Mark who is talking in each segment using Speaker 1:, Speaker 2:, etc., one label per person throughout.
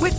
Speaker 1: With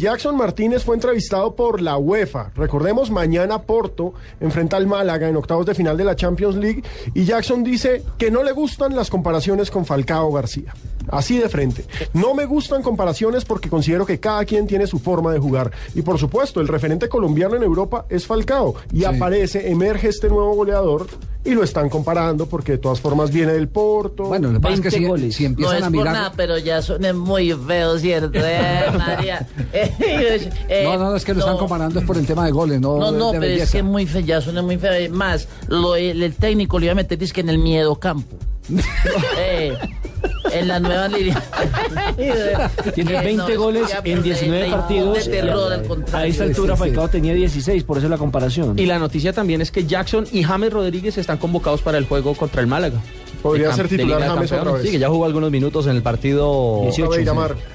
Speaker 2: Jackson Martínez fue entrevistado por la UEFA. Recordemos, mañana Porto enfrenta al Málaga en octavos de final de la Champions League y Jackson dice que no le gustan las comparaciones con Falcao García. Así de frente. No me gustan comparaciones porque considero que cada quien tiene su forma de jugar. Y por supuesto, el referente colombiano en Europa es Falcao. Y aparece, emerge este nuevo goleador y lo están comparando porque de todas formas viene del Porto.
Speaker 3: Bueno, lo que pasa es que
Speaker 4: 20
Speaker 3: si,
Speaker 4: goles.
Speaker 3: si
Speaker 4: No
Speaker 3: empiezan
Speaker 4: es
Speaker 3: a
Speaker 4: por
Speaker 3: mirar.
Speaker 4: nada, pero ya suena muy feo, ¿cierto? Eh, María. Eh, eh,
Speaker 3: No, no, no, es que lo están comparando, es por el tema de goles, no,
Speaker 4: No, no,
Speaker 3: de
Speaker 4: pero es
Speaker 3: belleza.
Speaker 4: que muy feo, ya suena muy feo. Es Más, lo, el, el técnico le iba a meter es que en el miedo campo. Eh, en la nueva línea.
Speaker 5: Tiene
Speaker 4: Eh,
Speaker 5: 20
Speaker 4: no,
Speaker 5: goles
Speaker 4: ya,
Speaker 5: en
Speaker 4: pero
Speaker 5: 19
Speaker 4: de-
Speaker 5: partidos.
Speaker 4: De terror, al
Speaker 5: A
Speaker 4: contrario.
Speaker 5: esta altura Falcao tenía 16, por eso la comparación.
Speaker 6: Y la noticia también es que Jackson y James Rodríguez están convocados para el juego contra el Málaga.
Speaker 2: Podría
Speaker 6: De
Speaker 2: ser
Speaker 6: cam- de
Speaker 2: titular
Speaker 6: Liga de
Speaker 2: James otra
Speaker 6: Campeones.
Speaker 2: vez.
Speaker 6: Sí, que ya jugó algunos minutos en el partido
Speaker 2: Otra vez llamar.